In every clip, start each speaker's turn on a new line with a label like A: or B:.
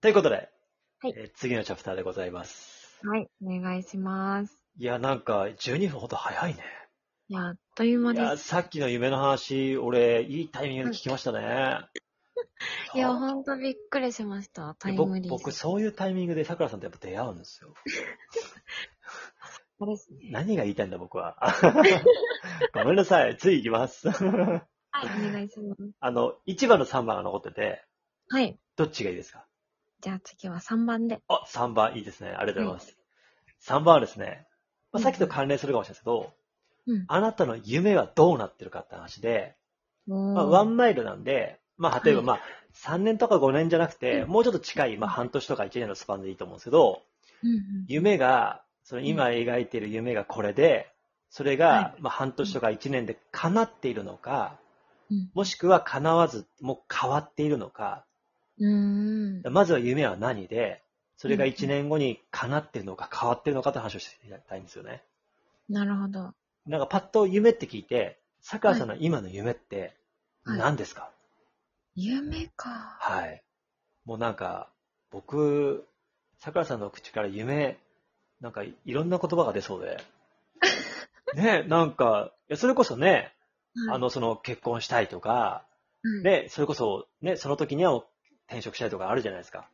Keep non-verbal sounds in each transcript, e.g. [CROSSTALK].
A: ということで、
B: はい
A: えー次のチャプターでございます。
B: はい、お願いします。
A: いや、なんか、12分ほど早いね。
B: いや、あっという間
A: い
B: で
A: や、
B: す。
A: さっきの夢の話、俺、いいタイミングで聞きましたね。
B: [LAUGHS] いや、ほんとびっくりしました。タイ
A: ぼ
B: ムリー。
A: 僕、そういうタイミングで桜さんとやっぱ出会うんですよ。
B: これですね。
A: 何が言いたいんだ、僕
B: [LAUGHS]
A: は。ごめんなさい。次行きます。 [LAUGHS]
B: はい、お願いします。
A: あの、1番の3番が残ってて、
B: はい。
A: どっちがいいですか
B: じゃあ次は3番で。
A: あ、3番いいですね。ありがとうございます。3番はですね、まあ、さっきと関連するかもしれないですけど、
B: うん。
A: あなたの夢はどうなってるかって話で、まあ、
B: ワ
A: ワンマイルなんで、まあ、例えば、
B: はい
A: まあ、3年とか5年じゃなくて、
B: うん
A: もうちょっと近い、まあ、半年とか1年のスパンでいいと思うんですけど、
B: うんうん。
A: 夢が、その今描いている夢がこれで、それが
B: は、
A: まあ、半年とか1年で叶っているのか、
B: うん
A: もしくは叶わず、もう変わっているのか、
B: うーん。
A: まずは夢は何で、それが1年後に叶ってるのか変わってるのかって話をしていきたいんですよね。
B: なるほど。
A: なんかパッと夢って聞いて、桜井さんの今の夢って
B: はい
A: 何ですか
B: 夢か。
A: はい。もうなんか、僕、桜井さんの口から夢、なんかいろんな言葉が出そうで。ねなんか、いやそれこそね、
B: はい
A: あ、の、その結婚したいとか、
B: はい、
A: ね、それこそ、ね、その時には転職したいとかあるじゃないですか。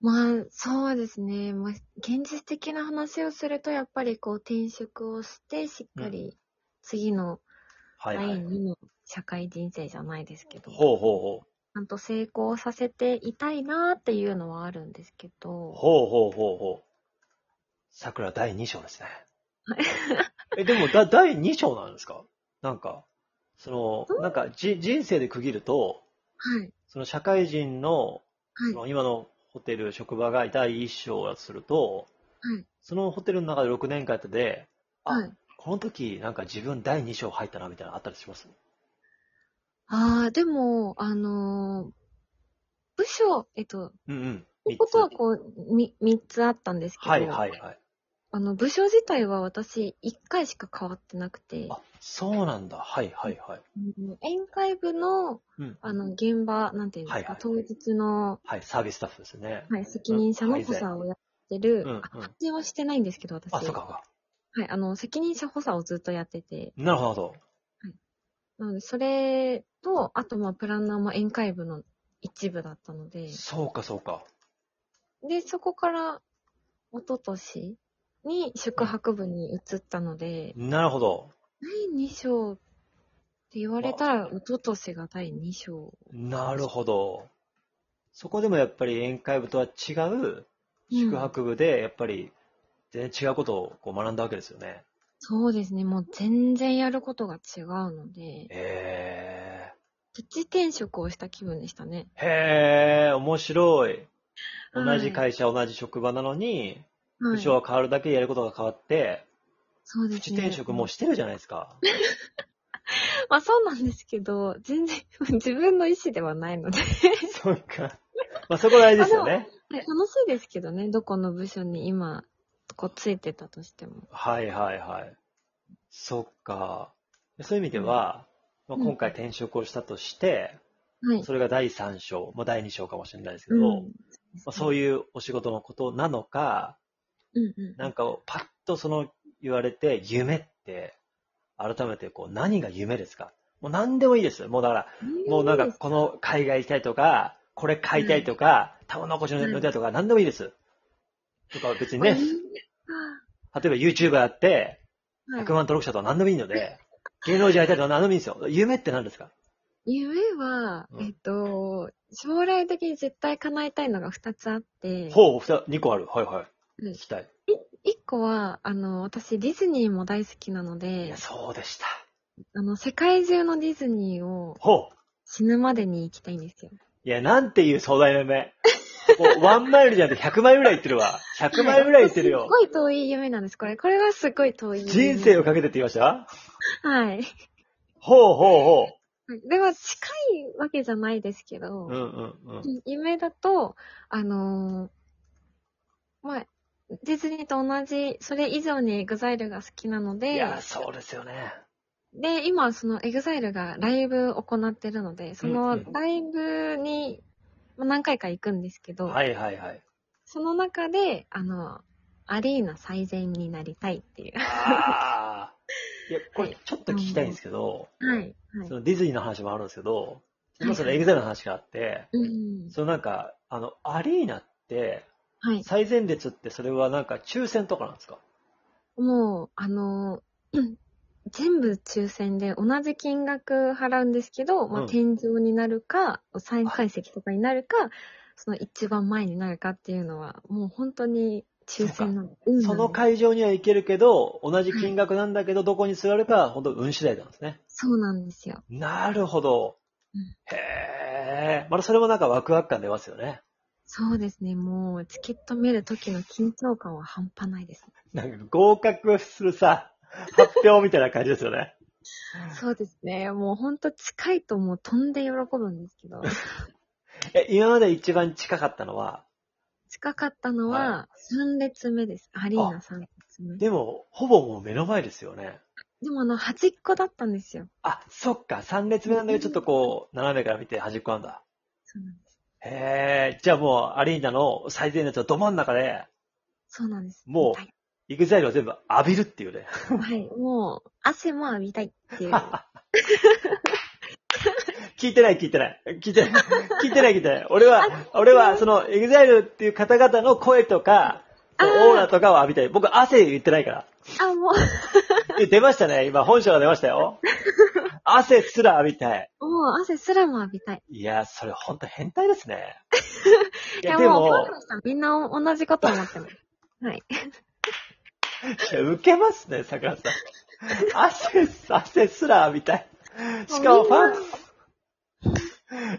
B: まあ、そうですね。まあ、現実的な話をすると、やっぱりこう、転職をして、しっかり、次の
A: はいは
B: 第
A: い。
B: 二の社会人生じゃないですけど、ち
A: ほうほうほう。
B: ゃんと成功させていたいなっていうのはあるんですけど、
A: ほうほうほうほう。桜第2章ですね。え、でも、だ、第2章なんですかなんか、その、なんか、じ、人生で区切ると、
B: はい、
A: その社会人の、そ
B: は
A: の今のホテル、職場が第1章だとすると、
B: はい
A: そのホテルの中で6年間やってて、あ、
B: い、はい。
A: この時、なんか自分第2章入ったな、みたいなのあったりします
B: ああ、でも、あのー部署、えっと、
A: うんうん。
B: ってことはこう、み三つあったんですけど、
A: はいはいはい。
B: あの、部署自体は私、一回しか変わってなくて、
A: あ、そうなんだ。はいはいはい。
B: うん宴会部の、
A: うん。
B: あの、現場、なんていうんですか、
A: はいはい
B: 当日の、
A: はい、サービススタッフですね。
B: はい、責任者の補佐をやってる、
A: うんうん
B: あ、発展はしてないんですけど、私。
A: あ、そうかそうか。
B: はい、あの、責任者補佐をずっとやってて、
A: なるほど。
B: なので、それと、あと、まあ、プランナーも宴会部の一部だったので、
A: そうか、そうか。
B: で、そこから、一昨年に宿泊部に移ったので、
A: なるほど。
B: 第2章って言われたら、一昨年が第2章。
A: なるほど。そこでもやっぱり宴会部とは違う宿泊部で、やっぱり全然違うことをこう学んだわけですよね。
B: そうですね、もう全然やることが違うので、
A: え
B: プチ転職をした気分でしたね。
A: ー。へー、面白い。同じ会社、同じ職場なのに、
B: はい
A: 部署が変わるだけやることが変わって、
B: そう
A: プ
B: で
A: チ
B: すね。
A: 転職もうしてるじゃないですか。
B: まあそうなんですけど、全然自分の意思ではないので、
A: [LAUGHS] そうか。まあそこ大事ですよね。
B: 楽しいですけどね、どこの部署に今、こうついてたとしても。
A: はいはいはい。そっか。そういう意味では、
B: ん
A: まあ、今回転職をしたとして、
B: はい。
A: それが第3章、まあ、第2章かもしれないですけ
B: う
A: ど、
B: ん
A: まあ、そういうお仕事のことなのか、
B: うんうん。
A: なんかパッとその言われて、夢って、改めてこう何が夢ですかもう何でもいいです。もうだから、もうなんかこの海外行きたいとか、これ買いたいとか、玉のこしの乗りたいとか、何でもいいです。とか別にね
B: あ、いい
A: 例えば YouTuber やって、
B: はい
A: 100万登録者とは何でもいいので、芸能人やりたいとは何でもいいんですよ。夢って何ですか
B: 夢は、
A: うん
B: えっと、将来的に絶対叶えたいのが2つあって、
A: ほう、ふた2個ある。はいはい。
B: うん
A: 聞きたい。
B: 1個は、あの、私ディズニーも大好きなの
A: いや、
B: で、
A: そうでした。
B: あの、世界中のディズニーを
A: ほう。
B: 死ぬまでに行きたいんですよ。
A: いや、なんていう壮大な夢。もう、ワンマイルじゃなくて100マイルぐらい行ってるわ。100マイルぐらい行ってる
B: す
A: よ
B: っ。ごい遠い夢なんです、これ。これはすごい遠い夢。
A: 人生をかけてって言いました
B: はい。
A: ほうほうほ
B: では、近いわけじゃないですけど
A: う。う、んうんうん。
B: 夢だと、あのーまあ、ディズニーと同じ、それ以上にエグザイルが好きなの
A: い
B: で、
A: や、そうですよね。
B: で、今、そのエグザイルがライブ行ってるので、そ
A: うん
B: の
A: うん
B: ライブにまあ、何回か行くんですけど、
A: はいはいはい。
B: その中で、あの、アリーナ最善になりたいっていう。
A: ああ。いや、これちょっと聞きたいんですけど、
B: はい。はい
A: そ。のディズニーの話もあるんですけど、
B: はいは
A: 今
B: い
A: そのエグザイルの話があって、
B: うん。
A: そのなんか、あの、アリーナって、
B: はい。
A: 最前列ってそれはなんか抽選とかなんですか
B: もう、あの、 [CLEARS THROAT] うん全部抽選で同じ金額払うんですけど、ま
A: う
B: あ、
A: ん
B: 天井になるか、最階席とかになるか、その一番前になるかっていうのは、もう本当に抽選なの。運
A: その
B: なんです
A: 会場には行けるけど、同じ金額なんだけど、どこに座るか、本当運次第なんですね。
B: そうなんですよ。
A: なるほど
B: うん。
A: へえ。またそれもなんかワクワク感出ますよね。
B: そうですね。もう、チケット見る時の緊張感は半端ないですね。
A: なんか合格するさ、発表みたいな感じですよね。 [LAUGHS]
B: そうですね。もう本当近いともう飛んで喜ぶんです
A: [LAUGHS]
B: けど、
A: え、今まで一番近かったのは、
B: 近かったのは3列目です。アリーナ3列目。
A: でも、ほぼもう目の前ですよね。
B: でもあの、端っこだったんですよ。
A: あ、そっか、3列目なんだけど、ちょっとこう、斜めから見て端っこなんだ。
B: そうなんです。
A: へえ、じゃあもう、アリーナの最前列のど真ん中で、
B: そうなんです。
A: もう
B: はい。
A: イグザイルを全部浴びるっていうね。
B: はいもう、汗も浴びたいっ
A: [LAUGHS]
B: ていう。
A: 聞いてない、聞いてない。聞いてない、聞いてない、聞いてない。俺は、俺は、その、エグザイルっていう方々の声とか、オ
B: あー
A: ーラとかを浴びたい。僕、汗言ってないから。
B: あ、も
A: え出ましたね。今、本社が出ましたよ。汗すら浴びたい。
B: う、もう汗すらも浴びたい。
A: いや、それほんと変態ですね。い
B: [LAUGHS] い
A: や、
B: や、
A: で
B: もう、フ
A: も
B: ァン、の人みんな同じこと思ってます。はい。
A: いや、ウケますね、桜さん。汗、汗すら浴びたい。 [LAUGHS] しかもファン、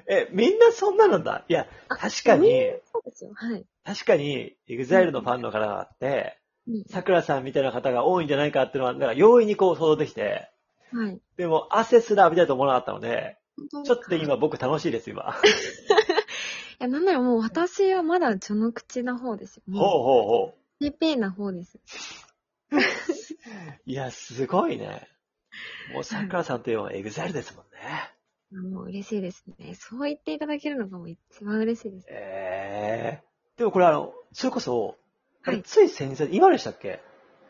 A: え、みんなそんなのだ。いや、確か
B: みん
A: に、
B: そうですよ。はい。
A: 確かに、EXILE のファンの方があって、
B: うん
A: 桜さんみたいな方が多いんじゃないかっていうのは、なんか容易にこう想像できて、
B: はい。
A: でも汗すら浴びたいと思わなかったので、
B: 本
A: ちょ
B: 当
A: っ
B: ですか
A: と。今僕楽しいです、今。
B: いや、なんならもう私はまだ序の口な方ですよ。
A: ほうほうほう。
B: う。PP な方です。
A: いや、すごいね。もう桜さんといえば EXILE ですもんね。
B: もう嬉しいですね。そう言っていただけるのがもう一番嬉しいです。
A: ええでもこれあの、それこそ、あ
B: は
A: れ
B: い
A: つい先日、今でしたっけ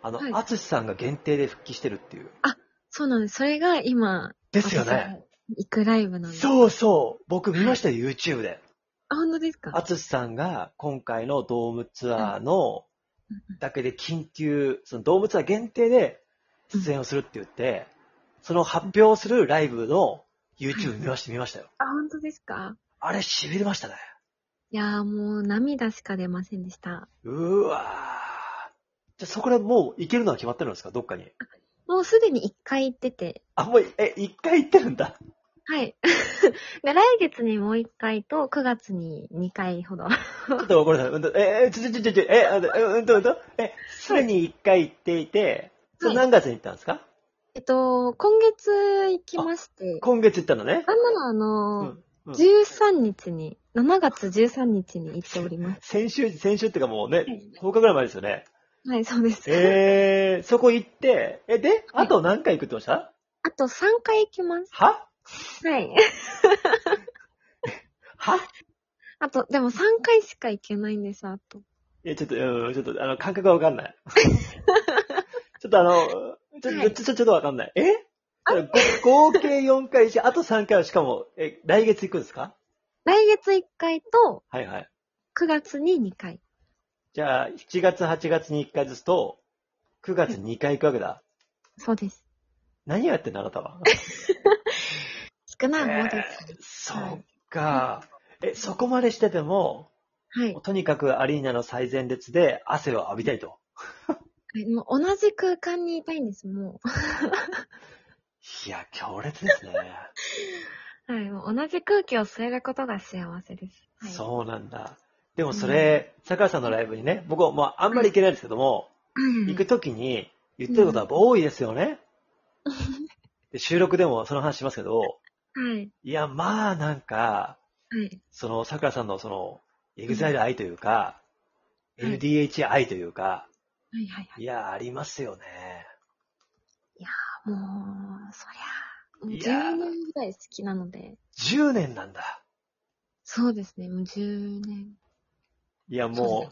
A: あの
B: は、い
A: 淳、さんが限定で復帰してるっていう。
B: そうなんです。それが今、
A: ですよね。。
B: 行くライブなんです。う。
A: そうそう。僕見ましたよ、YouTube で。
B: あ、本当ですか
A: 淳さんが今回のドームツアーの
B: うんうん
A: だけで緊急、そのドームツアー限定で出演をするって言って、その発表をするライブの YouTube 見ました、見ましたよ。
B: あ、本当ですか
A: あれ痺れましたね。
B: いやーもう涙しか出ませんでした。
A: うわーじゃあそこでもう行けるのは決まってるんですかどっかに。
B: もうすでに一回行ってて、
A: あ、もう、え、一回行ってるんだ。
B: はい。 [LAUGHS] で、来月にもう一回と、9月に二回ほど。
A: ちょっとごめんなさいうんと。え、えちょちょちょちょ、え、あのえうんと、うんと、え、すでに一回行っていて、それ何月に行ったんですか、
B: [LAUGHS] えっと、今月行きまして、
A: 今月行ったのね。
B: なんならあの
A: うんうん
B: 13日に、7月13日に行っております。
A: 先週、先週っていうかもうね
B: い、
A: 10日ぐらい前ですよね。
B: [LAUGHS] はい、そうです。
A: えー、そこ行って、え、で、あと何回行くって言いました
B: あと3回行きます。
A: は
B: はい。
A: は
B: [LAUGHS] あと、でも3回しか行けないんです、あと。
A: いや、ちょっと、うん、ちょっと、あの、感覚がわかん [LAUGHS] ない。ちょっとあの、ちょ、ちょ、ちょ、ちょっとわかんない。えご合計4回し、あと3回はしかも、え、来月行くんですか
B: 来月1回と、
A: はいはい。
B: 9月に2回。
A: じゃあ、7月、8月に1回ずつと、9月2回行くわけだ。
B: そうです。
A: 何やってんのあなた [LAUGHS] は。
B: 少ない方です。
A: そっか。え、そこまでしてても、
B: はい
A: もう。とにかくアリーナの最前列で汗を浴びたいと。
B: はいもう同じ空間にいたいんです、も
A: いや、強烈ですね。
B: う。はい、もう同じ空気を吸えることが幸せです。はい、う。
A: そうなんだ。でもそれ、桜さんのライブにね、僕はもうあんまり行けないですけども、行くときに言ってることは多いですよね。で収録でもその話しますけど、
B: はい、
A: いや、まあなんか、
B: はい、
A: その桜さんのその、エグザイル愛というか、
B: うん
A: LDH 愛というか、
B: はい、はい。はい
A: いや、ありますよね。
B: もう、そりゃ、もう
A: いやー
B: 10年ぐらい好きなので、
A: 10年なんだ。
B: そうですね、もう10年。
A: いや、も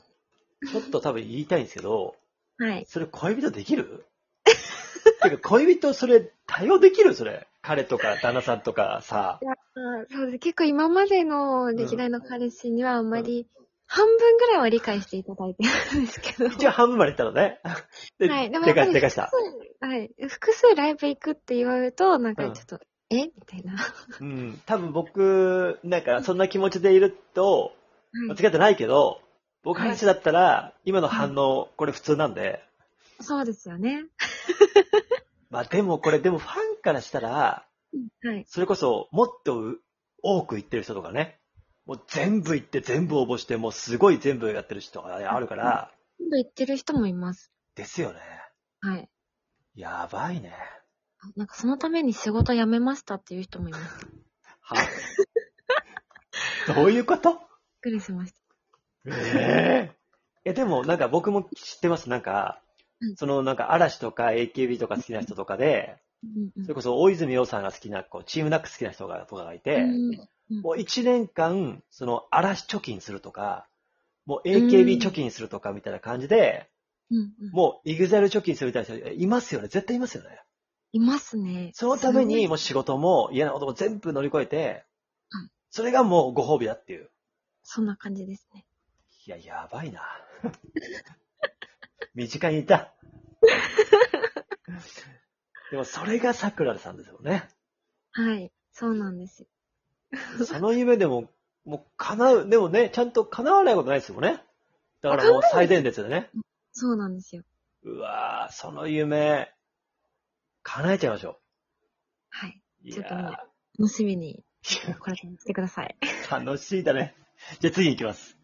A: う、ちょっと多分言いたいんですけど、
B: はい。
A: それ恋人できるてか恋人それ対応できるそれ。彼とか旦那さんとかさ。
B: あそうです。結構今までの歴代の彼氏にはあんまり、半分ぐらいは理解していただいてるんですけど。
A: 一応半分まで行ったのね。で、
B: はいでも
A: で
B: やっ
A: か
B: ぱり
A: でかした。
B: [LAUGHS] はい。複数ライブ行くって言われると、なん
A: う
B: か
A: ん
B: ちょっと、えみたいな。は
A: うん。多分僕、なんかそんな気持ちでいると、間
B: い、
A: 違ってないけど、僕話だったら、今の反応、これ普通なんで。
B: そうですよね。
A: まあでもこれ、でもファンからしたら、
B: はい。
A: それこそ、もっとう多く行ってる人とかね。もう全部行って、全部応募して、もうすごい全部やってる人があるから、
B: 今度行ってる人もいます。
A: ですよね。
B: はい。
A: やばいね。
B: なんかそのために仕事辞めましたっていう人もいます。びっ
A: は [LAUGHS] どういうこと
B: くりしました。
A: ええいや、でも、なんか僕も知ってます。なんか
B: う、ん
A: その、なんか嵐とか AKB とか好きな人とかで、
B: うんうん
A: それこそ大泉洋さんが好きな、こう、チームナック好きな人が、とかがいて、
B: うん
A: もう一年間、その、嵐貯金するとか、もう AKB 貯金するとかみたいな感じで、
B: うんうん
A: もう EXILE 貯金するみたいな人いますよね。絶対いますよね。
B: いますね。
A: そのために、
B: すごい
A: もう仕事も嫌なことも全部乗り越えて
B: うん、
A: それがもうご褒美だっていう。
B: そんな感じですね。
A: いや、やばいな。 [LAUGHS] 身近にい
B: [LAUGHS]
A: た。でも、それが桜さんですよね。
B: はい。そうなんですよ。
A: その夢でも、もう叶う、でもね、ちゃんと叶わないことないですもんね。だからもう最前列でね。
B: そうなんですよ。
A: うわぁ、その夢、叶えちゃいましょ
B: はい。
A: う。い
B: ちょっと
A: や
B: 楽しみに、これからもしてください。
A: ー楽しいだね。じゃあ次行きます。